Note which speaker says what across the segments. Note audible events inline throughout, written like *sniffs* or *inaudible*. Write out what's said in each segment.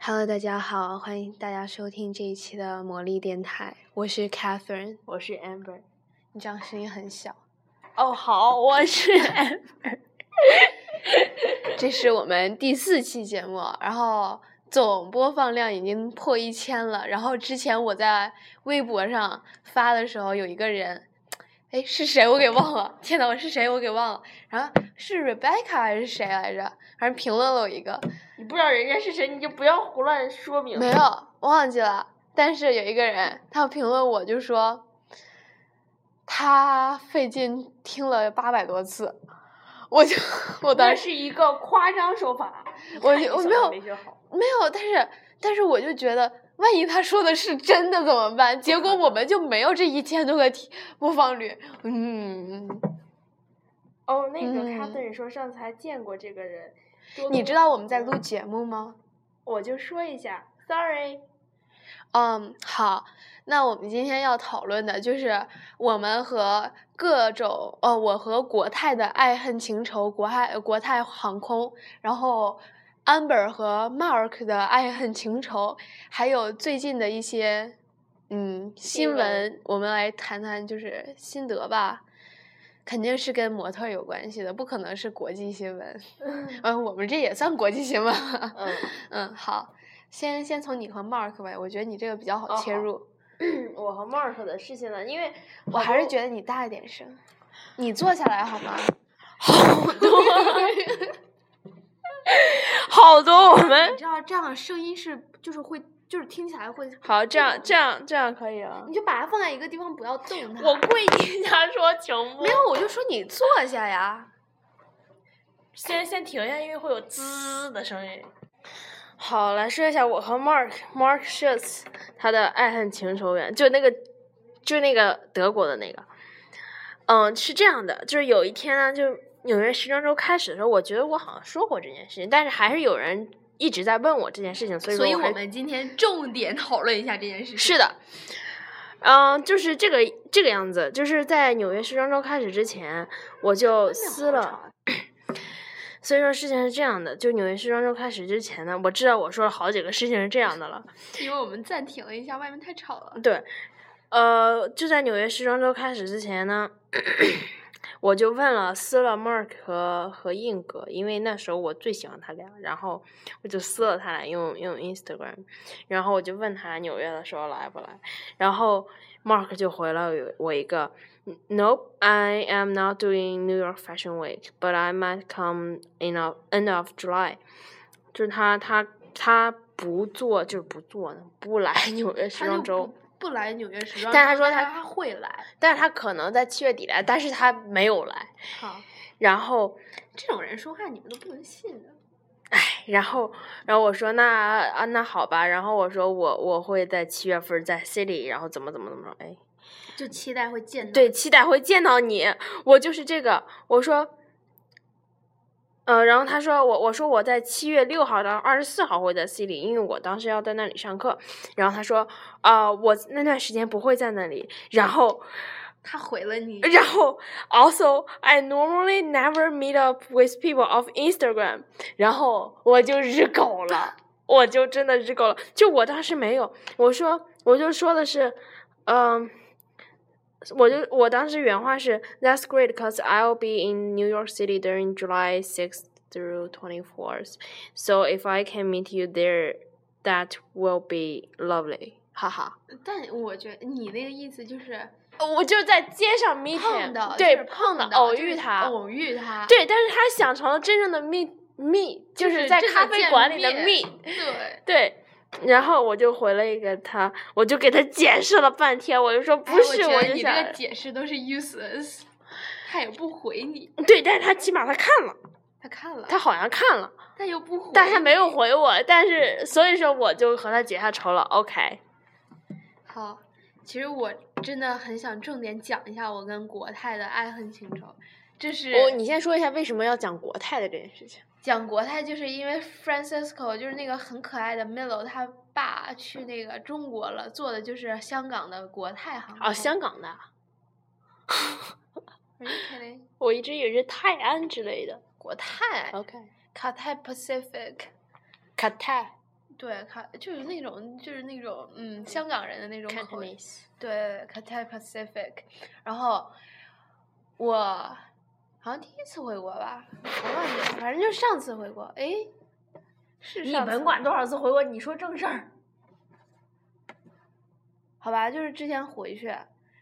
Speaker 1: Hello，大家好，欢迎大家收听这一期的魔力电台，我是 Catherine，
Speaker 2: 我是 Amber。
Speaker 1: 你这样声音很小。
Speaker 2: 哦，好，
Speaker 1: *laughs*
Speaker 2: 我是 Amber。
Speaker 1: 这是我们第四期节目，然后总播放量已经破一千了。然后之前我在微博上发的时候，有一个人，哎，是谁我给忘了，天呐，我是谁我给忘了。然后是 Rebecca 还是谁来着？反正评论了我一个，
Speaker 2: 你不知道人家是谁，你就不要胡乱说
Speaker 1: *laughs*
Speaker 2: 名。
Speaker 1: 没有，我忘记了。但是有一个人，他评论我就说，他费劲听了八百多次，我就我当
Speaker 2: 那
Speaker 1: 时。
Speaker 2: 是一个夸张说法。
Speaker 1: 我
Speaker 2: 你看
Speaker 1: 就我
Speaker 2: 你
Speaker 1: 没
Speaker 2: 小
Speaker 1: 有
Speaker 2: 没学好。
Speaker 1: *laughs* 没有，但是但是我就觉得，万一他说的是真的怎么办？结果我们就没有这一千多个提播放率。嗯，
Speaker 2: 哦，那个
Speaker 1: 嗯
Speaker 2: 卡特你说上次还见过这个人，多
Speaker 1: 你
Speaker 2: 多
Speaker 1: 知道我们在录节目吗？
Speaker 2: 我就说一下，sorry。
Speaker 1: 嗯，好，那我们今天要讨论的就是我们和各种呃，我和国泰的爱恨情仇，国泰国泰航空，然后 Amber 和 Mark 的爱恨情仇，还有最近的一些嗯
Speaker 2: 新
Speaker 1: 新
Speaker 2: 闻
Speaker 1: 闻，我们来谈谈就是心得吧。肯定是跟模特儿有关系的，不可能是国际新闻。嗯，我们这也算国际新闻了。
Speaker 2: 嗯，
Speaker 1: *laughs* 嗯，好，先先从你和 Mark 呗，我觉得你这个比较好
Speaker 2: 哦
Speaker 1: 切
Speaker 2: 好
Speaker 1: 入。
Speaker 2: 嗯 *clears throat* 我和 Mark 的事情呢，因为
Speaker 1: 我还是觉得你大一点声，你坐下来好吗？ *coughs*
Speaker 2: 好多我们
Speaker 1: 你知道这样声音是就是会就是听起来会，
Speaker 2: 好这样这样这样可以啊。
Speaker 1: 你就把它放在一个地方，不要动它。
Speaker 2: 我跪地下说穷不
Speaker 1: 没有，我就说你坐下呀。
Speaker 2: 先先停一下，因为会有滋的声音。好，来说一下我和 Mark Mark Schutz 他的爱恨情仇缘，就那个就那个德国的那个，嗯，是这样的，就是有一天呢，就纽约时装周开始的时候，我觉得我好像说过这件事情，但是还是有人一直在问我这件事情，所以说还是
Speaker 1: 今天重点讨论一下这件事情
Speaker 2: 是的，嗯、就是这个这个样子，就是在纽约时装周开始之前，我就撕
Speaker 1: 啊
Speaker 2: 了。所以说事情是这样的，就纽约时装周开始之前呢，我知道我说了好几个事情是这样的了。
Speaker 1: 因为我们暂停了一下，外面太吵了。
Speaker 2: 对，呃，就在纽约时装周开始之前呢， *clears throat* 我就问了撕了 Mark 和和硬哥，因为那时候我最喜欢他俩，然后我就撕了他俩，用用 Instagram，然后我就问他纽约的时候来不来，然后 Mark 就回了我一个。Nope, I am not doing New York Fashion Week, but I might come in of end of July. 就是他他他不做，就是不做呢，不来 *laughs* 纽约时
Speaker 1: 他就
Speaker 2: 装周。
Speaker 1: 不不来纽约时装周，
Speaker 2: 但他说
Speaker 1: 他
Speaker 2: 他
Speaker 1: 他会来。
Speaker 2: 但是他可能在七月底来，但是他没有来。
Speaker 1: 好，
Speaker 2: 然后，
Speaker 1: 这种人说话你们都不能信的。
Speaker 2: 然后，然后我说那啊那好吧，然后我说我我会在七月份在 city，然后怎么怎么怎么着，哎，
Speaker 1: 就期待会见到。
Speaker 2: 对，，期待会见到你，我就是这个，我说。呃，然后他说我我说我在七月六号到二十四号会在 city，因为我当时要在那里上课。然后他说啊、我那段时间不会在那里。然后
Speaker 1: 他回了你。
Speaker 2: *laughs* 然后，also I normally never meet up with people of Instagram。然后我就日狗了，我就真的日狗了。就我当时没有，我说我就说的是，嗯、我就我当时原话是 That's great, cause I'll be in New York City during July sixth through twenty fourth. So if I can meet you there, that will be lovely. 哈哈，
Speaker 1: 但我觉得你那个意思就是
Speaker 2: 我就在街上 meet
Speaker 1: 碰
Speaker 2: him，
Speaker 1: 到，
Speaker 2: 对
Speaker 1: 就是
Speaker 2: 碰到
Speaker 1: 到
Speaker 2: 偶
Speaker 1: 就是
Speaker 2: 遇他，
Speaker 1: 偶遇他，
Speaker 2: 对，但是他想成了真正的 meet meet，就
Speaker 1: 就是
Speaker 2: 是在
Speaker 1: 真的
Speaker 2: 咖啡
Speaker 1: 见
Speaker 2: 馆里的
Speaker 1: 面
Speaker 2: meet。
Speaker 1: 对，
Speaker 2: 对，然后我就回了一个他，我就给他解释了半天，我就说
Speaker 1: 哎
Speaker 2: 不是，
Speaker 1: 我
Speaker 2: 我
Speaker 1: 觉得
Speaker 2: 就
Speaker 1: 你这
Speaker 2: 想
Speaker 1: 个，解释都是
Speaker 2: *laughs*
Speaker 1: useless，他也不回你，
Speaker 2: 对，但是他起码他看了，
Speaker 1: 他看了，
Speaker 2: 他好像看了，
Speaker 1: 但又不回，
Speaker 2: 但他没有回我，但是所以说我就和他解下仇了。OK，
Speaker 1: 好。其实我真的很想重点讲一下我跟国泰的爱恨情仇，这是
Speaker 2: 我哦你先说一下为什么要讲国泰的这件事情。
Speaker 1: 讲国泰就是因为 Francisco 就是那个很可爱的 Milo，他爸去那个中国了，坐的就是香港的国泰航空。
Speaker 2: 哦，香港的，
Speaker 1: Are you kidding？
Speaker 2: 我一直以为是泰安之类的。哦
Speaker 1: 国泰、
Speaker 2: OK，
Speaker 1: 卡泰 Pacific，
Speaker 2: 卡泰，
Speaker 1: 对，卡就是那种就是那种嗯，香港人的那种口音，
Speaker 2: Cantonese
Speaker 1: 对 c a t a y Pacific。然后我好像第一次回国吧，我忘记了，反正就是上次回国，哎，是
Speaker 2: 你
Speaker 1: 上次
Speaker 2: 甭管多少次回国，你说正事儿。
Speaker 1: 好吧，就是之前回去，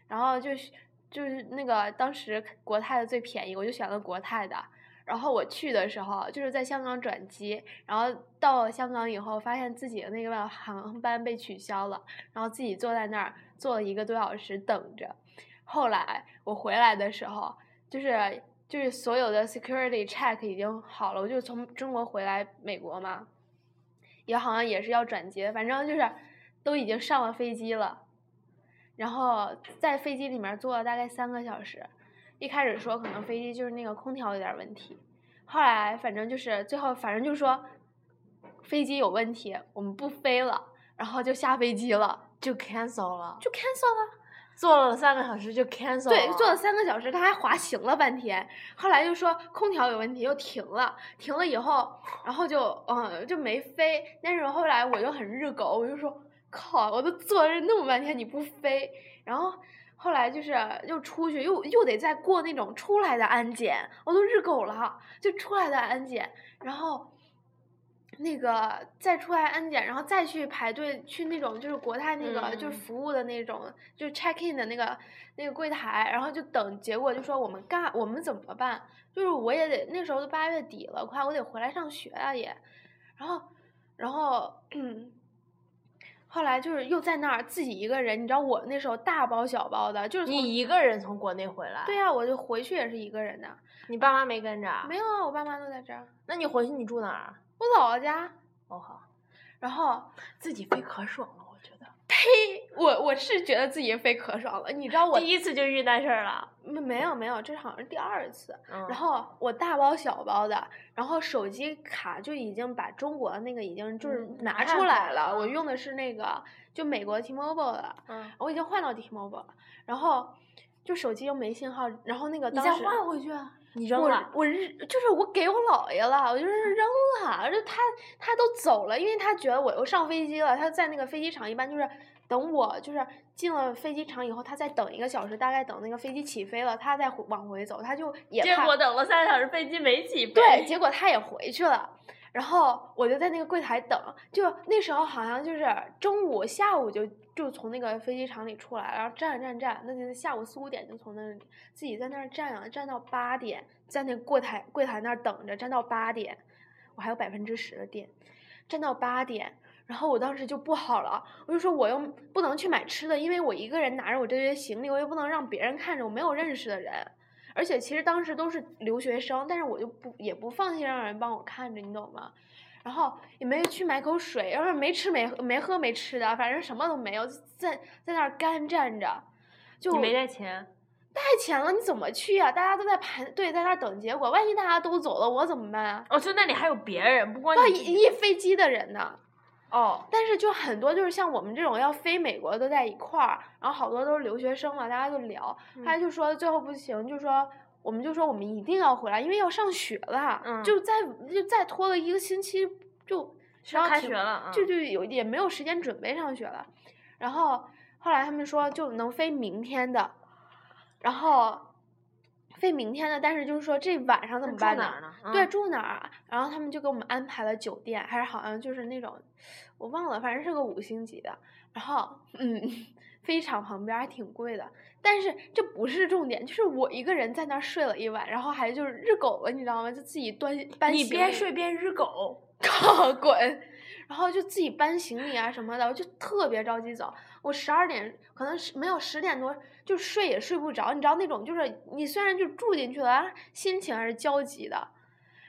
Speaker 1: 然后就是就是那个当时国泰的最便宜，我就选了国泰的。然后我去的时候就是在香港转机，然后到了香港以后，发现自己的那个航班被取消了，然后自己坐在那儿坐了一个多小时等着。后来我回来的时候，就是就是所有的 security check 已经好了，我就从中国回来美国嘛，也好像也是要转机的，反正就是都已经上了飞机了，然后在飞机里面坐了大概三个小时。一开始说可能飞机就是那个空调有点问题，后来反正就是最后反正就说飞机有问题，我们不飞了，然后就下飞机了，
Speaker 2: *laughs* 就 cancel 了，
Speaker 1: 就 cancel 了。
Speaker 2: 坐了三个小时就 cancel 了。
Speaker 1: 对，坐了三个小时，他还滑行了半天，后来又说空调有问题，又停了。停了以后，然后就嗯就没飞。但是后来我又很日狗，我就说靠，我都坐这那么半天你不飞，然后。后来就是又出去，又又得再过那种出来的安检，我都日狗了，就出来的安检，然后那个再出来安检，然后再去排队去那种就是国泰那个、
Speaker 2: 嗯
Speaker 1: 就是服务的那种就是 check in 的那个那个柜台，然后就等结果就说我们干我们怎么办？就是我也得那时候都八月底了，快我得回来上学啊也，然后然后嗯。后来就是又在那儿自己一个人，你知道我那时候大包小包的，就是从
Speaker 2: 你一个人从国内回来，
Speaker 1: 对呀、我就回去也是一个人呐。
Speaker 2: 你爸妈没跟着啊？
Speaker 1: 没有啊，我爸妈都在这儿，
Speaker 2: 那你回去你住哪儿啊？
Speaker 1: 我姥姥家。
Speaker 2: 哦好，
Speaker 1: 然后
Speaker 2: 自己飞可爽了，我觉得。
Speaker 1: 我我是觉得自己飞可爽了，你知道我
Speaker 2: 第一次就遇那事儿了。
Speaker 1: 没没有没有，这是好像是第二次。
Speaker 2: 嗯
Speaker 1: 然后我大包小包的，然后手机卡就已经把中国那个已经就是
Speaker 2: 嗯
Speaker 1: 拿
Speaker 2: 看
Speaker 1: 出
Speaker 2: 出
Speaker 1: 来
Speaker 2: 来
Speaker 1: 了，
Speaker 2: 了
Speaker 1: 我用的是那个就美国 T-Mobile 的，
Speaker 2: 嗯，
Speaker 1: 我已经换到 T-Mobile 了，然后就手机又没信号，然后那个
Speaker 2: 你
Speaker 1: 当
Speaker 2: 再
Speaker 1: 时
Speaker 2: 换回去啊？你扔
Speaker 1: 我
Speaker 2: 了？嗯
Speaker 1: 我扔就是我给我姥爷了，我就是扔了，就他他都走了，因为他觉得我又上飞机了，他在那个飞机场一般就是等我就是进了飞机场以后，他再等一个小时，大概等那个飞机起飞了，他再回往回走，他就也
Speaker 2: 结
Speaker 1: 怕
Speaker 2: 果等了三个小时，飞机没起飞。
Speaker 1: 对，，结果他也回去了。然后我就在那个柜台等，就那时候好像就是中午、下午就就从那个飞机场里出来，然后站站站，那就是下午四五点就从那里自己在那儿站啊，站到八点，在那柜台柜台那儿等着，站到八点，我还有百分之十的电，站到八点，然后我当时就不好了，我就说我又不能去买吃的，因为我一个人拿着我这些行李，我又不能让别人看着，我没有认识的人，而且其实当时都是留学生，但是我就不也不放心让人帮我看着，你懂吗？然后也没去买口水，然后没吃没喝没喝没吃的，反正什么都没有，就在在那儿干站着，就
Speaker 2: 你没带钱。
Speaker 1: 带钱了，你怎么去啊？大家都在排队，在那儿等结果，万一大家都走了，我怎么办啊？
Speaker 2: 哦，就那里还有别人，不光
Speaker 1: 万
Speaker 2: 你自己
Speaker 1: 一一飞机的人呢？
Speaker 2: 哦，
Speaker 1: 但是就很多就是像我们这种要飞美国都在一块儿，然后好多都是留学生嘛，大家就聊，
Speaker 2: 嗯
Speaker 1: 他就说最后不行，就说我们就说我们一定要回来，因为要上学了，
Speaker 2: 嗯
Speaker 1: 就再就再拖了一个星期就然后
Speaker 2: 开
Speaker 1: 挺
Speaker 2: 学了啊
Speaker 1: 就就有也没有时间准备上学了。然后后来他们说就能飞明天的，然后飞明天的，但是就是说这晚上怎么办
Speaker 2: 住
Speaker 1: 呢？
Speaker 2: 哪儿呢？嗯
Speaker 1: 对，，住哪儿啊？然后他们就给我们安排了酒店，还是好像就是那种，我忘了，反正是个五星级的。然后，嗯， *laughs* 飞机场旁边还挺贵的，但是这不是重点，就是我一个人在那儿睡了一晚，然后还就是日狗了，你知道吗？就自己端搬
Speaker 2: 你
Speaker 1: 行
Speaker 2: 边
Speaker 1: 李
Speaker 2: 睡边日狗。
Speaker 1: *laughs* 靠滚！然后就自己搬行李啊什么的，我就特别着急走。我十二点可能是没有十点多就睡也睡不着，你知道那种就是你虽然就住进去了，心情还是焦急的。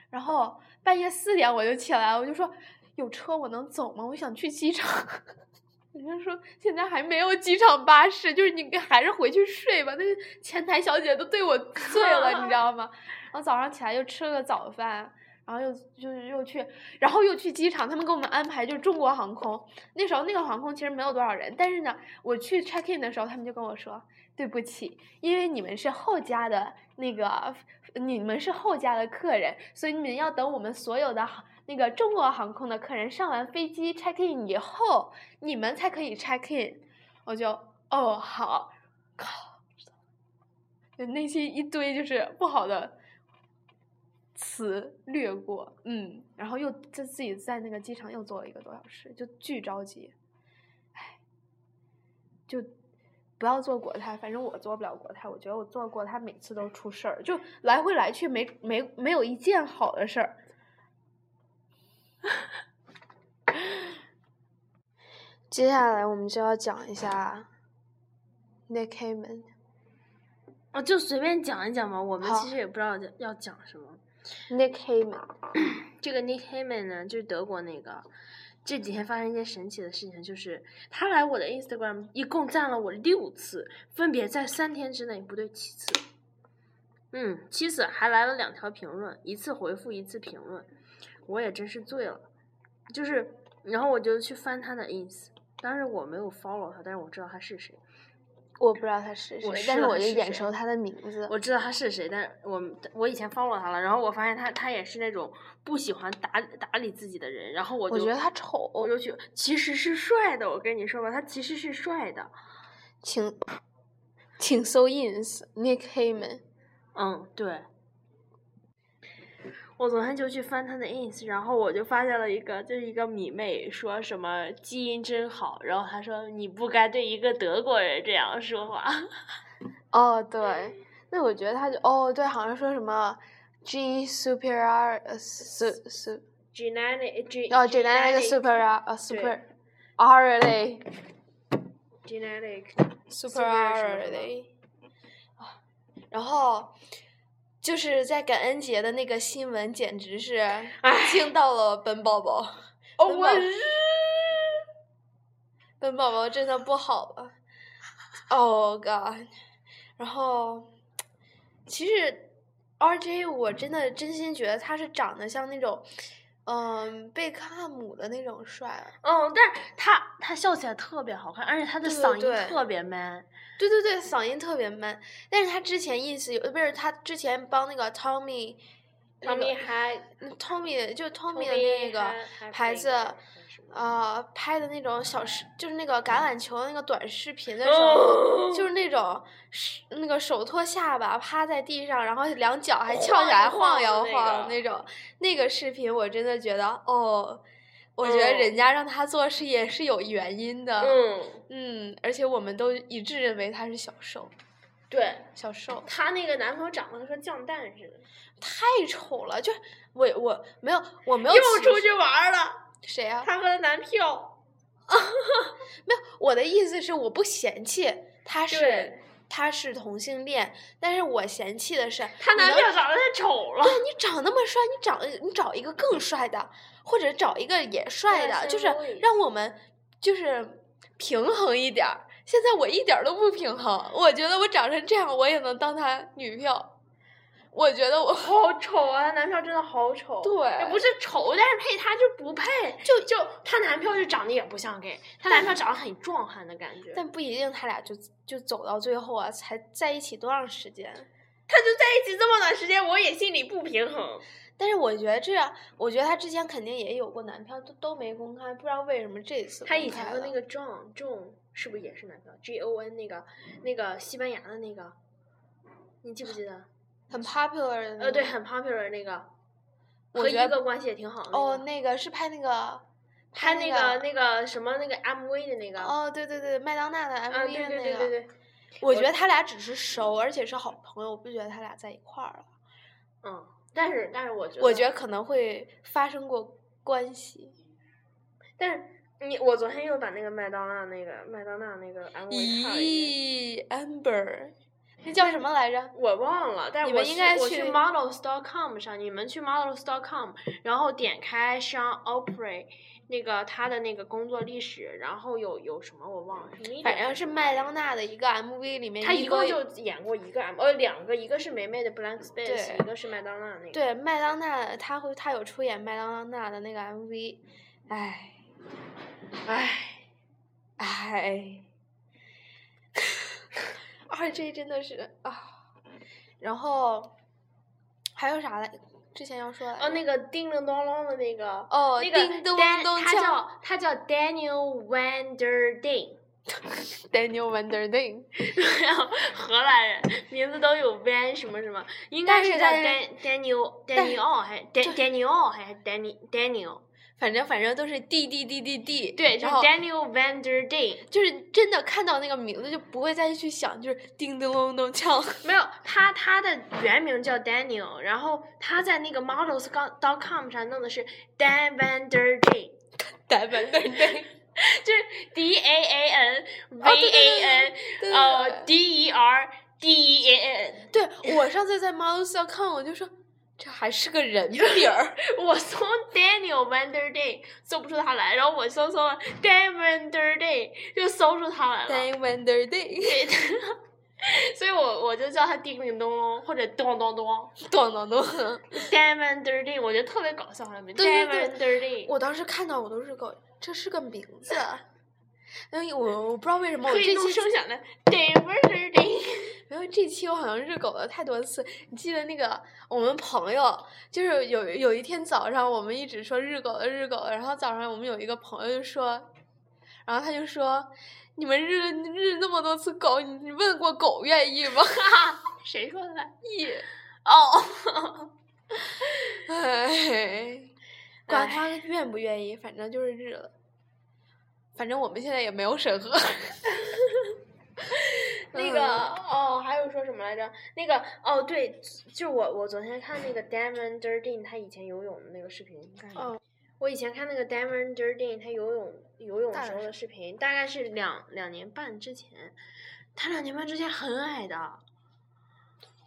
Speaker 1: 然后半夜四点我就起来了，我就说有车我能走吗？我想去机场。 *laughs* 人家说现在还没有机场巴士，就是你还是回去睡吧。那前台小姐都对我醉了，你知道吗？ *laughs* 然后早上起来又吃了个早饭，然后又就是又去，然后又去机场，他们给我们安排就是中国航空。那时候那个航空其实没有多少人，但是呢，我去 check in 的时候，他们就跟我说对不起，因为你们是后加的那个，你们是后加的客人，所以你们要等我们所有的航那个中国航空的客人上完飞机 check in 以后，你们才可以 check in。我就哦好，靠，就内心一堆就是不好的词掠过，嗯，然后又就自己在那个机场又坐了一个多小时，就巨着急，唉，就不要坐国泰，反正我坐不了国泰，我觉得我坐国泰每次都出事儿，就来回来去没没没有一件好的事儿。接下来我们就要讲一下 Nick Cayman，
Speaker 2: 啊，就随便讲一讲吧。我们
Speaker 1: 好
Speaker 2: 其实也不知道要讲什么。
Speaker 1: Nick Cayman，
Speaker 2: 这个 Nick Haman 呢，就是德国那个，这几天发生一件神奇的事情，就是他来我的 Instagram 一共赞了我六次，分别在三天之内，不对，七次。嗯，七次还来了两条评论，一次回复，一次评论，我也真是醉了。就是，然后我就去翻他的 ins，但是我没有 follow 他，但是我知道他是谁。
Speaker 1: 我不知道他是谁
Speaker 2: 我，
Speaker 1: 但
Speaker 2: 是
Speaker 1: 是
Speaker 2: 啊
Speaker 1: 我就
Speaker 2: 他是
Speaker 1: 眼
Speaker 2: 谁
Speaker 1: 熟他的名字。
Speaker 2: 我知道他是谁，但是我我以前 follow 他了，然后我发现他他也是那种不喜欢打打理自己的人，然后我就
Speaker 1: 我觉得他丑，
Speaker 2: 我就去，其实是帅的，我跟你说吧，他其实是帅的，
Speaker 1: 请请搜 ins *laughs* Nick Heyman。
Speaker 2: 嗯，对。我昨天就去翻他的 ins，然后我就发现了一个，就是一个迷妹说什么基因真好，然后他说你不该对一个德国人这样说话，
Speaker 1: 哦，对，
Speaker 2: *laughs*
Speaker 1: 那我觉得他就哦，对，好像说什么 G superior 呃 su su
Speaker 2: 只拿那只
Speaker 1: 哦，简单那个 superior 呃 super r l y
Speaker 2: genetic
Speaker 1: *laughs* superiority。然啊后就是在感恩节的那个新闻，简直是惊到了本宝宝。
Speaker 2: 哦，
Speaker 1: 本
Speaker 2: 我
Speaker 1: 宝本宝宝真的不好了。Oh god！然后，其实 RJ 我真的真心觉得他是长得像那种，嗯，贝克汉姆的那种帅。啊
Speaker 2: 嗯，但是他他笑起来特别好看，而且他的
Speaker 1: 对
Speaker 2: 嗓
Speaker 1: 对
Speaker 2: 音特别 man，
Speaker 1: 对对对，嗓音特别 man。但是他之前 ins 有，呃不是他之前帮那个 Tommy，那个嗯
Speaker 2: 还
Speaker 1: Tommy 就 Tommy 的那个牌子。啊、拍的那种小视，就是那个橄榄球的那个短视频的时候，
Speaker 2: 哦
Speaker 1: 就是那种是那个手托下巴趴在地上，然后两脚还翘起来晃
Speaker 2: 晃一
Speaker 1: 摇
Speaker 2: 晃的那
Speaker 1: 晃
Speaker 2: 个
Speaker 1: 那种，那个视频我真的觉得哦，我觉得
Speaker 2: 嗯
Speaker 1: 人家让他做是也是有原因的，
Speaker 2: 嗯，
Speaker 1: 嗯而且我们都一致认为他是小瘦，
Speaker 2: 对，
Speaker 1: 小瘦
Speaker 2: 她那个男朋友长得和酱蛋似的，
Speaker 1: 太丑了，就是我我没有我没有
Speaker 2: 又
Speaker 1: 歧
Speaker 2: 出
Speaker 1: 视
Speaker 2: 去玩了。
Speaker 1: 谁啊？
Speaker 2: 她和她男票，
Speaker 1: 没有，我的意思是我不嫌弃他是
Speaker 2: 对
Speaker 1: 他是同性恋，但是我嫌弃的是
Speaker 2: 她
Speaker 1: 你
Speaker 2: 男
Speaker 1: 能
Speaker 2: 票长得太丑了
Speaker 1: 对。你长那么帅，你找你找一个更帅的，或者找一个也帅
Speaker 2: 对
Speaker 1: 的，就是
Speaker 2: 相对
Speaker 1: 让我们就是平衡一点儿。现在我一点儿都不平衡，我觉得我长成这样，我也能当他女票。我觉得
Speaker 2: *laughs*
Speaker 1: 我
Speaker 2: 好丑啊！她男票真的好丑。也
Speaker 1: 对
Speaker 2: 不是丑，但是配她就不配。就就她男票就长得也不像 gay，她男票长得很壮汉的感觉。
Speaker 1: 但不一定他俩就就走到最后啊，才在一起多长时间？
Speaker 2: 他就在一起这么短时间，我也心里不平衡。
Speaker 1: 但是我觉得这样，我觉得他之前肯定也有过男票，都都没公开，不知道为什么这次
Speaker 2: 他
Speaker 1: 公
Speaker 2: 以
Speaker 1: 开
Speaker 2: 前和
Speaker 1: 了
Speaker 2: 那个 John John 是不是也是男票？G O N 那个那个西班牙的那个，你记不记得？
Speaker 1: 很 popular 的、
Speaker 2: 呃，对，，很 popular 那个，
Speaker 1: 我
Speaker 2: 和
Speaker 1: 觉得
Speaker 2: 一个关系也挺好的那
Speaker 1: 哦，
Speaker 2: 个
Speaker 1: 那个是拍那个
Speaker 2: 拍那个
Speaker 1: 个
Speaker 2: 那个什么那个 MV 的那个，
Speaker 1: 哦，对对对，麦当娜的
Speaker 2: 啊，
Speaker 1: MV
Speaker 2: 对
Speaker 1: 的那
Speaker 2: 对
Speaker 1: 个，
Speaker 2: 对对对，
Speaker 1: 我觉
Speaker 2: 我
Speaker 1: 得他俩只是熟，而且是好朋友，我不觉得他俩在一块儿了。
Speaker 2: 嗯，但是但是我觉得，
Speaker 1: 我觉得，可能会发生过关系。
Speaker 2: 但是你我昨天又把那个麦当娜那个麦当娜那个 MV 看了一遍。
Speaker 1: 咦，Amber，那叫什么来着？
Speaker 2: 我忘了，但
Speaker 1: 你
Speaker 2: 是
Speaker 1: 们
Speaker 2: 我
Speaker 1: 应该
Speaker 2: 我
Speaker 1: 去
Speaker 2: 去 models.com 上，你们去 models.com，然后点开 Sean Opry 那个他的那个工作历史，然后有有什么我忘了，什么一
Speaker 1: 反
Speaker 2: 点
Speaker 1: 正是麦当娜的一个 MV 里面，
Speaker 2: 他一共
Speaker 1: 共
Speaker 2: 就演过一个 M，呃，两个，一个是梅梅的 Blank
Speaker 1: 对
Speaker 2: Space，一个是麦当娜那个。
Speaker 1: 对麦当娜，他会他有出演麦当娜的那个 MV，唉
Speaker 2: 唉，
Speaker 1: 唉，二 J 真的是啊，然后还有啥来？之前要说来着
Speaker 2: 哦，那个叮铃当啷的那个，
Speaker 1: 哦，
Speaker 2: 那个
Speaker 1: 叮咚
Speaker 2: Dan-
Speaker 1: 咚
Speaker 2: 他
Speaker 1: 锵
Speaker 2: 叫他叫 Daniel Vanderding，
Speaker 1: ，Daniel Vanderding，
Speaker 2: 然后荷兰人名字都有 Van 什么什么，应
Speaker 1: 但
Speaker 2: 该
Speaker 1: 是
Speaker 2: 叫
Speaker 1: 但是
Speaker 2: Dan Daniel
Speaker 1: 但
Speaker 2: Daniel 还是 Dan Daniel 还是 Danny Daniel？
Speaker 1: 反正反正都是 D D D D D，
Speaker 2: 对，就是
Speaker 1: 然后
Speaker 2: Daniel Vanderding。
Speaker 1: 就是真的看到那个名字就不会再去想，就是叮叮咚咚锵，
Speaker 2: 没有，他他的原名叫 Daniel，然后他在那个 models dot com 上弄的是 Dan Vanderding。
Speaker 1: 对对对对
Speaker 2: 就是 D A A N
Speaker 1: 哦
Speaker 2: V
Speaker 1: 对对
Speaker 2: A
Speaker 1: 对
Speaker 2: N
Speaker 1: 对
Speaker 2: 呃 D E R D E A N，
Speaker 1: 对，我上次在 models.com 我就说这还是个人名
Speaker 2: *laughs*
Speaker 1: 儿，
Speaker 2: *laughs* 我搜 Daniel Vanderday 搜不出他来，然后我搜搜 Dan Vanderday 就搜出他来了，
Speaker 1: Dan Vanderding，
Speaker 2: 对 *laughs* 所以我我就叫他叮叮咚咚或者咚咚 *laughs* 咚
Speaker 1: 咚咚咚。
Speaker 2: Dan Vanderday，我觉得特别搞笑，他们
Speaker 1: 对
Speaker 2: Dan
Speaker 1: 对
Speaker 2: Vanderday
Speaker 1: 我当时看到我都是个，这是个名字。因为我我不知道为什么我
Speaker 2: 可以
Speaker 1: 这
Speaker 2: 弄
Speaker 1: 期
Speaker 2: 声响的 Dan Vanderday，
Speaker 1: 没有这期我好像日狗了太多次。你记得那个我们朋友，就是有有一天早上我们一直说日狗的日狗的，然后早上我们有一个朋友就说，然后他就说你们日日那么多次狗，你你问过狗愿意吗？
Speaker 2: *laughs* 谁说的？
Speaker 1: 意，
Speaker 2: 哦，
Speaker 1: *laughs* 哎，管他愿不愿意，反正就是日了。反正我们现在也没有 *laughs* 审核。
Speaker 2: 那
Speaker 1: 嗯
Speaker 2: 个、哦，还有说什么来着？那个哦，对，就我我昨天看那个 Damon d e r d i n 他以前游泳的那个视频，你看
Speaker 1: 哦
Speaker 2: 我以前看那个 Damon d e r d i n 他游泳游泳
Speaker 1: 大概
Speaker 2: 时候的视频，大概是两两年半之前，他两年半之前很矮的，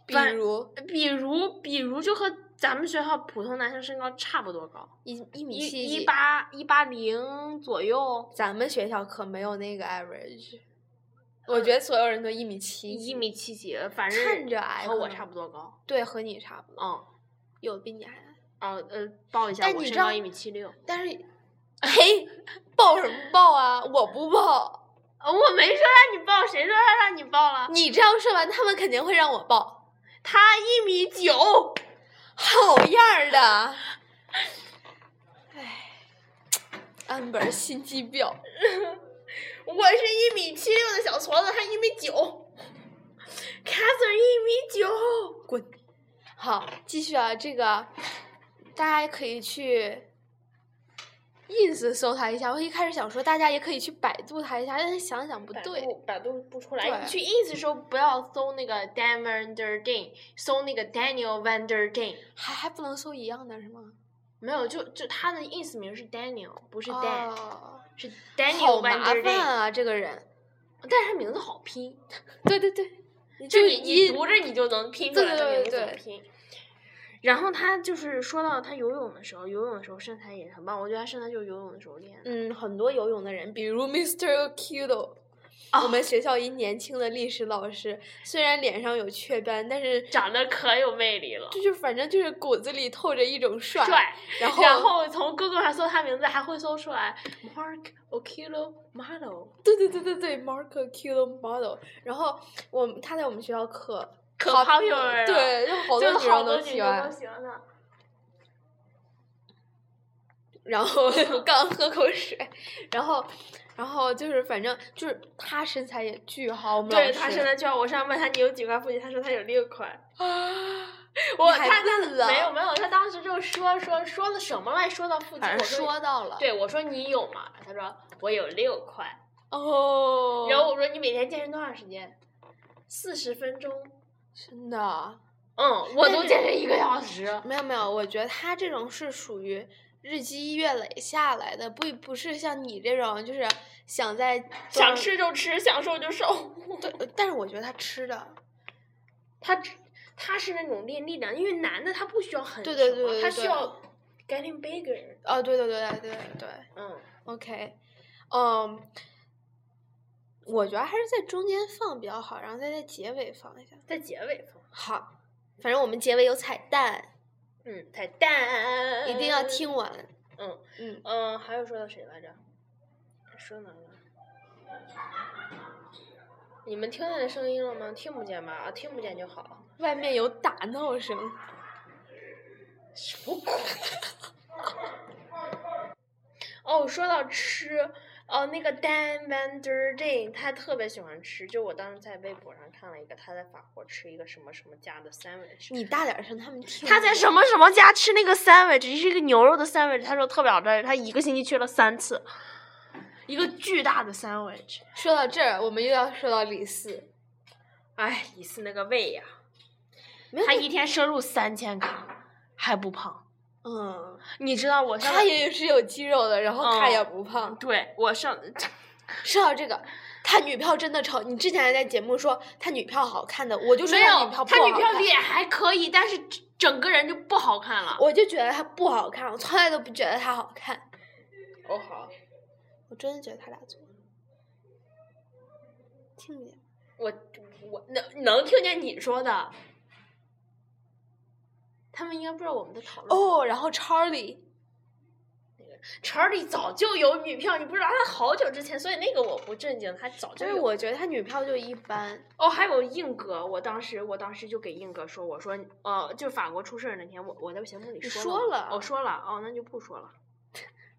Speaker 1: 比
Speaker 2: 反
Speaker 1: 如
Speaker 2: 比如比如就和咱们学校普通男生身高差不多高，
Speaker 1: 一一米七
Speaker 2: 一
Speaker 1: 几
Speaker 2: 一，八一八零左右，
Speaker 1: 咱们学校可没有那个 average。我觉得所有人嗯都一米七，
Speaker 2: 一米七几，反正
Speaker 1: 看着矮，
Speaker 2: 和我差不，多高，
Speaker 1: 对，和你差不多，
Speaker 2: 嗯。
Speaker 1: 有比你还矮。
Speaker 2: 哦，呃，报一下，
Speaker 1: 但
Speaker 2: 我
Speaker 1: 你
Speaker 2: 身
Speaker 1: 知道
Speaker 2: 高一米七六。
Speaker 1: 但 *laughs* 是，嘿，报什么报啊？我不报，
Speaker 2: 呃，我没说让你报，谁说他让你报了？
Speaker 1: 你这样说完，他们肯定会让我报。
Speaker 2: 他一米九，
Speaker 1: 好样儿的！哎，amber 心机婊，
Speaker 2: 我是一米七六的小矬子，他一米九。Catherine 一米九，
Speaker 1: 滚！好，继续啊，这个大家可以去 ins 搜他一下。我一开始想说大家也可以去百度他一下，但是想想不对，，
Speaker 2: 百度不出
Speaker 1: 对
Speaker 2: 来。你去 ins 的时候不要搜那个 Dan Van Der Ding，搜那个 Daniel Van Der Ding。
Speaker 1: 还还不能搜一样的是吗？
Speaker 2: 没有，就就他的 ins 名是 Daniel，不是 Dan，、
Speaker 1: 哦，
Speaker 2: 是
Speaker 1: 好
Speaker 2: Daniel Van
Speaker 1: 麻烦
Speaker 2: Der Ding。
Speaker 1: 啊，这个人。
Speaker 2: 但是他名字好拼，
Speaker 1: 对对对，
Speaker 2: 就
Speaker 1: 就
Speaker 2: 你
Speaker 1: 一
Speaker 2: 你读着你就能拼出
Speaker 1: 对
Speaker 2: 来
Speaker 1: 对
Speaker 2: 的名字
Speaker 1: 对
Speaker 2: 怎
Speaker 1: 对
Speaker 2: 么拼。然后他就是说到他游泳的时候，游泳的时候身材也很棒，我觉得他身材就是游泳的时候练的。
Speaker 1: 嗯，很多游泳的人，比如 *laughs* Mr. Kido，、我
Speaker 2: 啊
Speaker 1: 们学校一年轻的历史老师，虽然脸上有雀斑，但是
Speaker 2: 长得可有魅力了，
Speaker 1: 就是反正就是骨子里透着一种帅。
Speaker 2: 帅。
Speaker 1: 然后，
Speaker 2: 然后从 Google 上搜他名字，还会搜出来 Mark Okilo Malo。
Speaker 1: 对对对对对，Mark Kido model。然后我们他在我们学校可
Speaker 2: 可 popular 了
Speaker 1: 对，就好多
Speaker 2: 就
Speaker 1: 女
Speaker 2: 好
Speaker 1: 生
Speaker 2: 多
Speaker 1: 都
Speaker 2: 女
Speaker 1: 喜
Speaker 2: 生都
Speaker 1: 欢。
Speaker 2: 喜欢他。
Speaker 1: 然后我 *laughs* 刚喝口水，然后，然后就是反正就是他身材也巨好，我们
Speaker 2: 对
Speaker 1: 老
Speaker 2: 他
Speaker 1: 师
Speaker 2: 身材就好，我上问他你有几块腹肌，他说他有六块。
Speaker 1: 啊。
Speaker 2: 我
Speaker 1: 还
Speaker 2: 他
Speaker 1: 问了
Speaker 2: 没有没有，他当时就说说说的什么来说到腹肌，
Speaker 1: 反
Speaker 2: 我
Speaker 1: 正说到了，
Speaker 2: 对，我说你有吗？他说我有六块。
Speaker 1: 哦，
Speaker 2: 然后我说你每天健身多长时间？四十分钟。
Speaker 1: 真的
Speaker 2: 嗯，我
Speaker 1: 但
Speaker 2: 都
Speaker 1: 是
Speaker 2: 健身一个小时。
Speaker 1: *laughs* 没有没有，我觉得他这种是属于日积月累下来的，不不是像你这种就是想在多
Speaker 2: 想
Speaker 1: 长
Speaker 2: 吃就吃，想瘦就瘦。
Speaker 1: 对，呃但是我觉得他吃的
Speaker 2: 他只他是那种练力量，因为男的他不需要很
Speaker 1: 对对
Speaker 2: 什么
Speaker 1: 对对
Speaker 2: 他
Speaker 1: 对
Speaker 2: 需要 getting bigger。
Speaker 1: 哦，对对对对对对
Speaker 2: 嗯，
Speaker 1: ，OK，嗯，我觉得还是在中间放比较好，然后再在结尾放一下。
Speaker 2: 在结尾放。
Speaker 1: 好，反正我们结尾有彩蛋，
Speaker 2: 嗯，彩蛋
Speaker 1: 一定要。
Speaker 2: 呃
Speaker 1: 听完。
Speaker 2: 嗯
Speaker 1: 嗯，
Speaker 2: 嗯，还有说到谁来着？说哪儿了？你们听见声音了吗？听不见吧？啊，听不见就好。
Speaker 1: 外面有打闹声。
Speaker 2: 什么鬼？哦，说到吃，哦，那个 Dan Van Der d 他特别喜欢吃，就我当时在微博上看了一个他在法国吃一个什么什么家的 sandwich，
Speaker 1: 你大点声，他们听。
Speaker 2: 他在什？么什么家吃那个 sandwich，是一个牛肉的 sandwich，他说特别好吃，他一个星期去了三次，一个巨大的 sandwich，
Speaker 1: 说到这儿，我们又要说到李四。
Speaker 2: 哎，一次那个胃呀、
Speaker 1: 没有
Speaker 2: 他一天摄入三千卡还不胖，
Speaker 1: 嗯，
Speaker 2: 你知道我上
Speaker 1: 他也是有肌肉的，然后他也不胖。
Speaker 2: 对我上
Speaker 1: 说到这个，他女票真的丑。你之前还在节目说他女票好看的，我就说
Speaker 2: 没
Speaker 1: 他
Speaker 2: 有
Speaker 1: 女票，不
Speaker 2: 他
Speaker 1: 好
Speaker 2: 女票
Speaker 1: 看
Speaker 2: 脸还可以，但是整整个人就不好看了。
Speaker 1: 我就觉得她不好看，我从来都不觉得她好看。
Speaker 2: 哦好，
Speaker 1: 我真的觉得他俩错了。听不见。
Speaker 2: 我我能能听见你说的，他们应该不知道我们在讨论。
Speaker 1: 哦，然后 Charlie，
Speaker 2: 查理早就有女票，你不知道他好久之前，所以那个我不震惊，他早
Speaker 1: 就
Speaker 2: 就
Speaker 1: 是
Speaker 2: 有
Speaker 1: 我觉得他女票就一般。
Speaker 2: 哦，还有硬哥，我当时我当时就给硬哥说，我说呃，就是法国出事儿那天，我我在节目里
Speaker 1: 你
Speaker 2: 说
Speaker 1: 说
Speaker 2: 了吗，
Speaker 1: 了
Speaker 2: 我说了，哦，那就不说了。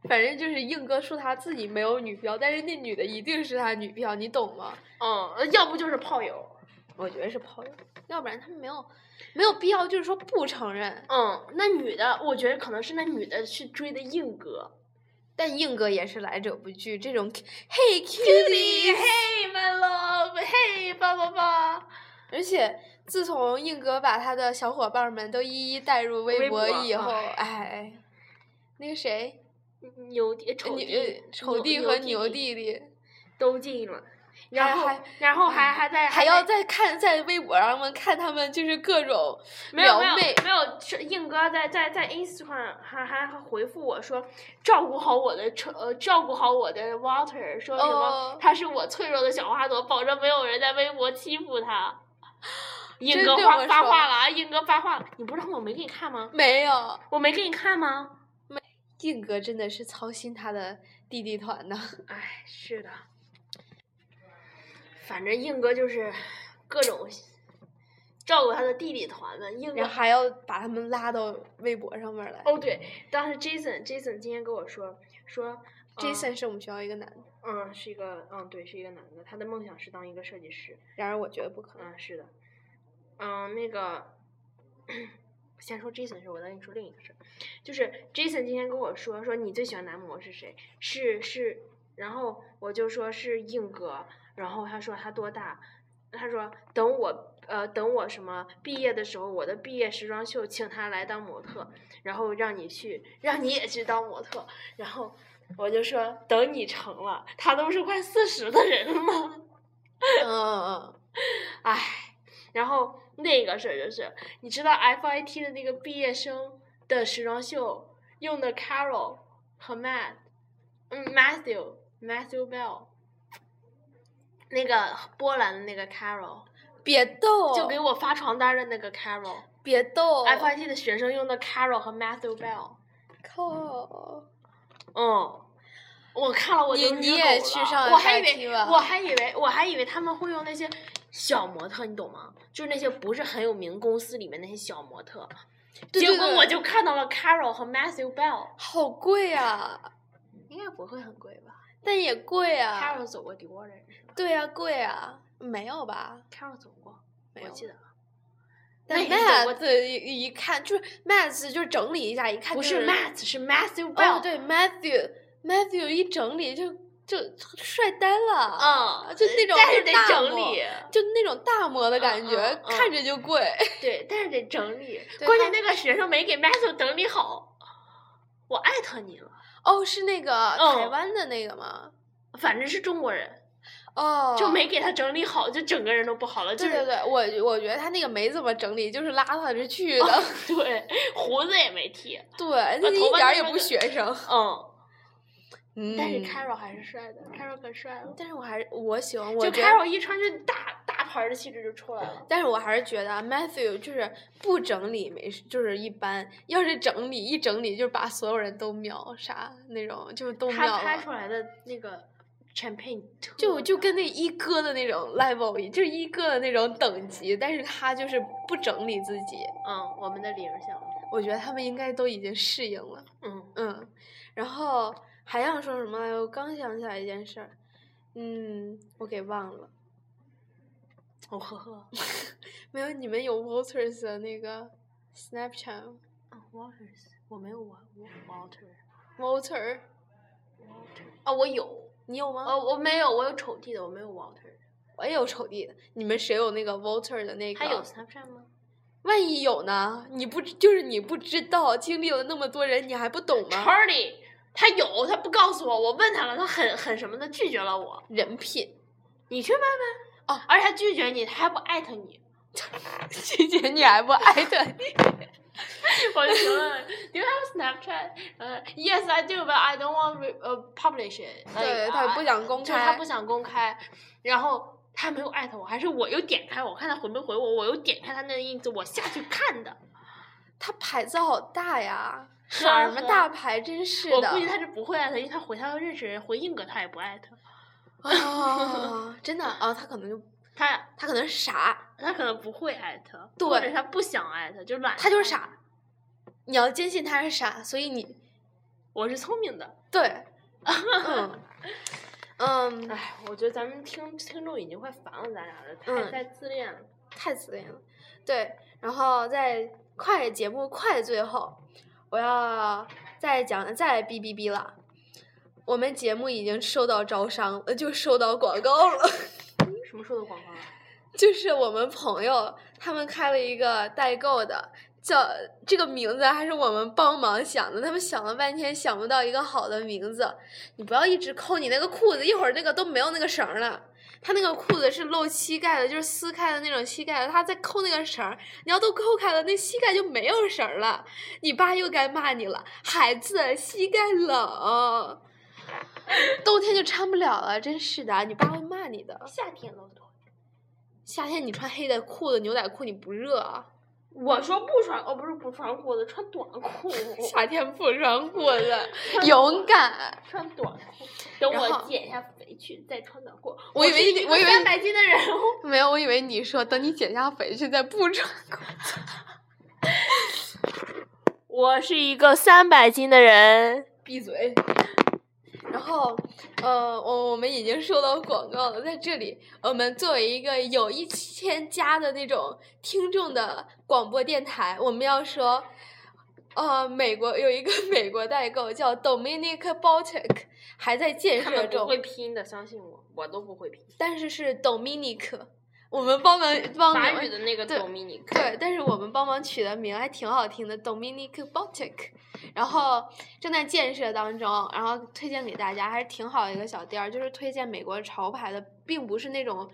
Speaker 1: 反正就是硬哥说他自己没有女票，但是那女的一定是他女票，你懂吗？
Speaker 2: 嗯，呃要不就是炮友，
Speaker 1: 我觉得是炮友，要不然他们没有没有必要，就是说不承认。
Speaker 2: 嗯，那女的，我觉得可能是那女的去追的硬哥。
Speaker 1: 但硬哥也是来者不拒，这种 Hey
Speaker 2: Cutie,
Speaker 1: cutie，
Speaker 2: hey my love, hey 叭叭叭。
Speaker 1: 而且自从硬哥把他的小伙伴们都一一带入微
Speaker 2: 微
Speaker 1: 博
Speaker 2: 博
Speaker 1: 以后，
Speaker 2: 哎
Speaker 1: 哎，那个谁，
Speaker 2: 牛弟、呃丑
Speaker 1: 牛
Speaker 2: 弟、
Speaker 1: 丑弟和牛弟弟
Speaker 2: 都进了，
Speaker 1: 还
Speaker 2: 然后
Speaker 1: 还
Speaker 2: 然后还嗯还在
Speaker 1: 还要再看在微博上面看他们就是各种
Speaker 2: 没有
Speaker 1: 撩
Speaker 2: 没有
Speaker 1: 妹，
Speaker 2: 没有，是硬哥在在在 Instagram 还还还回复我说，照顾好我的车，呃，照顾好我的 Water，说什么、
Speaker 1: 哦
Speaker 2: 他是我脆弱的小花朵，保证没有人在微博欺负他。硬
Speaker 1: 真
Speaker 2: 哥
Speaker 1: 对
Speaker 2: 发
Speaker 1: 我
Speaker 2: 发
Speaker 1: 说
Speaker 2: 话了啊！硬哥发话了，你不让我没给你看吗？
Speaker 1: 没有。
Speaker 2: 我没给你看吗？
Speaker 1: 硬哥真的是操心他的弟弟团呢，
Speaker 2: 哎，是的，反正硬哥就是各种照顾他的弟弟团们。硬哥
Speaker 1: 然后还要把他们拉到微博上面来。
Speaker 2: 哦，对，当时 Jason Jason 今天跟我说说、呃
Speaker 1: Jason 是我们学校一个男的，
Speaker 2: 嗯，是一个嗯，对，是一个男的，他的梦想是当一个设计师。
Speaker 1: 然而我觉得不可能。
Speaker 2: 嗯，是的，嗯，那个先说 Jason 的事，我再跟你说另一个事儿，就是 Jason 今天跟我说说你最喜欢男模是谁？是是，然后我就说是硬哥，然后他说他多大？他说等我呃等我什么毕业的时候，我的毕业时装秀请他来当模特，然后让你去，让你也去当模特，然后。我就说等你成了，他都是快四十的人了。
Speaker 1: 嗯嗯嗯，
Speaker 2: 唉，然后那个事儿就是，你知道 FIT 的那个毕业生的时装秀用的 Carol 和 Matt，嗯，Matthew Matthew Bell，那个波兰的那个 Carol，、
Speaker 1: 别逗，
Speaker 2: 就哎给我发传单的那个 Carol，FIT、
Speaker 1: 别逗，
Speaker 2: 的学生用的 Carol 和 Matthew Bell，
Speaker 1: 靠！
Speaker 2: 嗯。我看了，我
Speaker 1: 你
Speaker 2: 就
Speaker 1: 你
Speaker 2: 日
Speaker 1: 也
Speaker 2: 狗
Speaker 1: 去
Speaker 2: 了
Speaker 1: 上
Speaker 2: 我还以
Speaker 1: FIT
Speaker 2: 为
Speaker 1: 吧
Speaker 2: 我还以为我还以为他们会用那些小模特，你懂吗？就是那些不是很有名公司里面那些小模特。
Speaker 1: 对对
Speaker 2: 结果
Speaker 1: 对
Speaker 2: 我就看到了 Carol 和 Matthew Bell，
Speaker 1: 好贵啊，
Speaker 2: 应该不会很贵吧
Speaker 1: 但也贵啊。
Speaker 2: ？Carol 走过 Dior 是吧
Speaker 1: 对呀、贵啊，没有吧？
Speaker 2: ？Carol 走过，
Speaker 1: 没
Speaker 2: 我
Speaker 1: 有
Speaker 2: 记得。
Speaker 1: 但
Speaker 2: 那也走
Speaker 1: Matt 一一看就是 Matt 就是整理一下，一看、
Speaker 2: 不
Speaker 1: 就是
Speaker 2: Matt，是 Matthew
Speaker 1: 哦
Speaker 2: Bell。，
Speaker 1: 对 Matthew Matthew 一整理就就帅呆了，
Speaker 2: 嗯，
Speaker 1: 啊就那种
Speaker 2: 但
Speaker 1: 就是
Speaker 2: 得
Speaker 1: 大
Speaker 2: 整
Speaker 1: 模
Speaker 2: 理，
Speaker 1: 就那种大模的感
Speaker 2: 嗯
Speaker 1: 觉，
Speaker 2: 嗯嗯
Speaker 1: 看着就贵。
Speaker 2: 对，但是得整理。
Speaker 1: 对
Speaker 2: 关键
Speaker 1: 他
Speaker 2: 那个学生没给 Matthew 整理好，我艾特你了，
Speaker 1: 哦，是那个
Speaker 2: 嗯
Speaker 1: 台湾的那个吗？
Speaker 2: 反正是中国人。
Speaker 1: 哦，
Speaker 2: 就没给他整理好，就整个人都不好了，就
Speaker 1: 对
Speaker 2: 是
Speaker 1: 对对，我我觉得他那个没怎么整理，就是邋遢着去的，
Speaker 2: 对胡子也没剃，
Speaker 1: *laughs* 对，他
Speaker 2: 哦呃头
Speaker 1: 一
Speaker 2: 发
Speaker 1: 点儿
Speaker 2: 那
Speaker 1: 也
Speaker 2: 么
Speaker 1: 不
Speaker 2: 的
Speaker 1: 学生。
Speaker 2: 嗯，
Speaker 1: 嗯
Speaker 2: *laughs* 但是 Carol 还是帅的，Carol 可帅了，
Speaker 1: 但是我还是我喜欢，我
Speaker 2: 就
Speaker 1: 觉得
Speaker 2: Carol 一穿就大大牌儿的气质就出来
Speaker 1: *sniffs*
Speaker 2: 了，
Speaker 1: 但是我还是觉得啊 Matthew 就是不整理没事，就是一般，要是整理一整理就把所有人都秒杀那种，就是都秒
Speaker 2: 他拍
Speaker 1: 了，
Speaker 2: 出来的那个 champagne 特
Speaker 1: 就就
Speaker 2: 别
Speaker 1: 跟那一哥的那种 level，一就是一哥的那种等级，但是他就是不整理自己。
Speaker 2: 嗯，我们的铃儿响了。
Speaker 1: 我觉得他们应该都已经适应了。 *laughs*
Speaker 2: 嗯，
Speaker 1: 嗯，然后还想说什么来着？我刚想起来一件事儿，嗯，我给忘了。 *laughs*
Speaker 2: 我呵呵，
Speaker 1: 没有，你们有 Walters 的那个 Snapchat 吗
Speaker 2: 啊，Waters，我没有我我 Walter
Speaker 1: Walter
Speaker 2: Walter
Speaker 1: 啊？我有，你有吗？
Speaker 2: 哦，我没有，我有丑弟的，我没有 Walter。
Speaker 1: 我也有丑弟的。你们谁有那个 Walter 的那个？
Speaker 2: 他有 Snapchat 吗？
Speaker 1: 万一有呢？你不知就是你不知道，经历了那么多人，你还不懂吗？
Speaker 2: Charlie，他有，他不告诉我，我问他了，他很很什么的拒绝了我。
Speaker 1: 人品，
Speaker 2: 你去问问。
Speaker 1: 哦，
Speaker 2: 而且他拒绝你，他还不艾特你。 *laughs*
Speaker 1: 姐姐你还不爱他？
Speaker 2: 我就询问，Do you have Snapchat？呃、y e s I do, but I don't want re- 呃、publish it. Like, 啊
Speaker 1: 对他不想公
Speaker 2: 就是他
Speaker 1: 开
Speaker 2: 不，想公开，然后。他没有艾特我，还是我又点开，我看他回没回我，我又点开他那个 ins，我下去看的。
Speaker 1: 他牌子好大呀，
Speaker 2: 是
Speaker 1: 耍
Speaker 2: 啊
Speaker 1: 什么
Speaker 2: 是啊
Speaker 1: 大牌？真是
Speaker 2: 我
Speaker 1: 的。 *laughs*
Speaker 2: 估计他是不会艾特，因为他回他要认识人，回硬哥他也不艾特。
Speaker 1: 啊，真的啊，他可能就
Speaker 2: 他
Speaker 1: 他可能是傻，
Speaker 2: 他可能不会艾特，
Speaker 1: 对
Speaker 2: 或者他不想艾特，就懒。
Speaker 1: 他就是。傻。你要坚信他是傻，所以你
Speaker 2: 我是聪明的。
Speaker 1: 对，嗯嗯，
Speaker 2: 哎，我觉得咱们听听众已经快烦了，咱俩了，太、
Speaker 1: 嗯
Speaker 2: 太自恋了。
Speaker 1: 太自恋了。对，然后在快节目快的最后，我要再讲再哔哔哔了。我们节目已经收到招商，呃，就收到广告了。
Speaker 2: 嗯什么时候的广告啊？
Speaker 1: 就是我们朋友他们开了一个代购的，叫这个名字还是我们帮忙想的，他们想了半天想不到一个好的名字。你不要一直抠你那个裤子，一会儿那个都没有那个绳儿了。他那个裤子是露膝盖的，就是撕开的那种膝盖的。他在抠那个绳儿，你要都抠开了，那膝盖就没有绳儿了。你爸又该骂你了，孩子，膝盖冷， *laughs* 冬天就穿不了了，真是的，啊你爸会骂你的。
Speaker 2: 夏天了都。
Speaker 1: 夏天你穿黑的裤子、牛仔裤，你不热啊？
Speaker 2: 我说不穿，哦，不是不穿裤子，穿短 *laughs* 裤，
Speaker 1: 夏天不穿裤子，勇敢。
Speaker 2: 穿短裤。等
Speaker 1: 然
Speaker 2: 我
Speaker 1: 后
Speaker 2: 减一下肥去再穿短裤。
Speaker 1: 我以为
Speaker 2: 是
Speaker 1: 你
Speaker 2: 一个
Speaker 1: 我以为
Speaker 2: 三
Speaker 1: 你
Speaker 2: 百斤的人，哦
Speaker 1: 没有，我以为你说等你减下肥去再不穿裤子。
Speaker 2: *laughs* 我是一个三百斤的人。
Speaker 1: 闭嘴。然后，呃，我我们已经收到广告了，在这里，我们作为一个有一千加的那种听众的广播电台，我们要说，呃，美国有一个 *laughs* 美国代购叫 Dominic Baltic，还在建
Speaker 2: 他
Speaker 1: 设
Speaker 2: 们不
Speaker 1: 中。
Speaker 2: 会拼的，相信我，我都不会拼。
Speaker 1: 但是是 Dominic，我们帮忙帮忙
Speaker 2: 法语的那个
Speaker 1: 对
Speaker 2: Dominic，
Speaker 1: 对，但是我们帮忙取的名还挺好听的，Dominic Baltic，然后正在建设当中，然后推荐给大家，还是挺好的一个小店儿，就是推荐美国潮牌的，并不是那种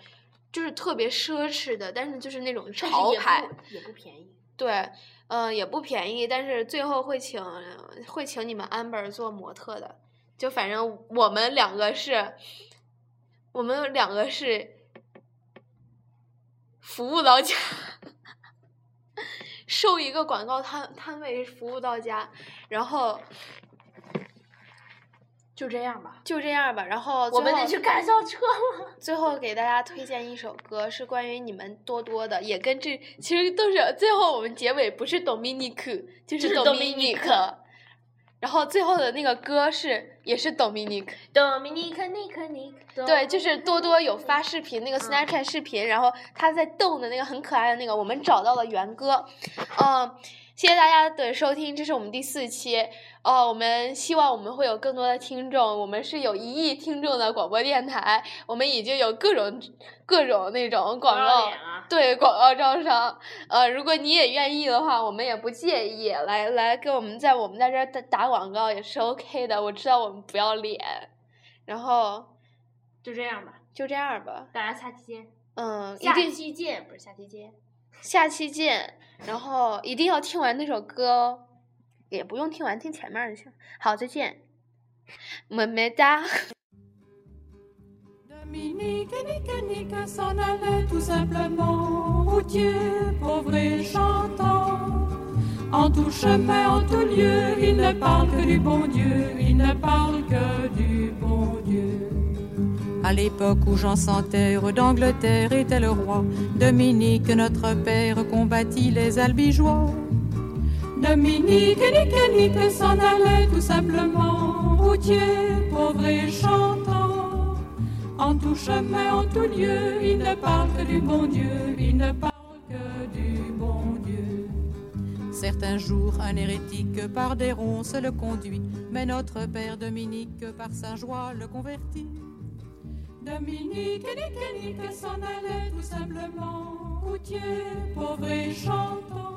Speaker 1: 就是特别奢侈的，但是就是那种
Speaker 2: 但是
Speaker 1: 潮
Speaker 2: 也不
Speaker 1: 牌，
Speaker 2: 也不便宜。
Speaker 1: 对，呃，也不便宜，但是最后会请会请你们 Amber 做模特的，就反正我们两个是，我们两个是服务到家， *laughs* 受一个广告摊摊位服务到家，然后
Speaker 2: 就这样吧。
Speaker 1: 就这样吧，然后
Speaker 2: 我
Speaker 1: 最
Speaker 2: 们
Speaker 1: 后
Speaker 2: 得去赶校车了。
Speaker 1: 最后给大家推荐一首歌，是关于你们多多的，也跟这其实都是最后我们结尾不是 Dominic 就
Speaker 2: 就是是
Speaker 1: Dominic，然后最后的那个歌是也是 Dominic，
Speaker 2: Dominic Nick Nick。
Speaker 1: 对，就是多多有发视频那个
Speaker 2: 哦嗯
Speaker 1: Snapchat 视频，然后他在动的那个很可爱的那个，我们找到了元歌，嗯。谢谢大家的收听，这是我们第四期，呃，我们希望我们会有更多的听众，我们是有一亿听众的广播电台，我们已经有各种各种那种广
Speaker 2: 不要
Speaker 1: 告，
Speaker 2: 脸啊！
Speaker 1: 对广告招商，呃，如果你也愿意的话，我们也不介意，来来给我们在我们在这儿打打广告也是 OK 的。我知道我们不要脸，然后
Speaker 2: 就这样吧，
Speaker 1: 就这样吧，
Speaker 2: 大家下期见。
Speaker 1: 嗯，一
Speaker 2: 下
Speaker 1: 定
Speaker 2: 期见，不是下期见。
Speaker 1: 下期见，然后一定要听完那首歌哦，也不用听完，听前面儿就行。好，再见，么么哒。
Speaker 3: Dominique et Nick, Nick s'en allaient tout simplement, routier, pauvre et chantant. En tout chemin, en tout lieu, il ne parle que du bon Dieu, il ne parle que du bon Dieu. À l'époque où Jean sans terre d'Angleterre était le roi, Dominique, notre père, combattit les albigeois. Dominique et Nicanique s'en allaient tout simplement, routiers, pauvres et chantants. En tout chemin, en tout lieu, ils ne parlent que du bon Dieu, ils ne parlent que du bon Dieu. Certains jours, un hérétique par des ronces le conduit, mais notre père Dominique par sa joie le convertit. Dominique et Nicanique s'en allaient tout simplement, routiers, pauvres et chantants.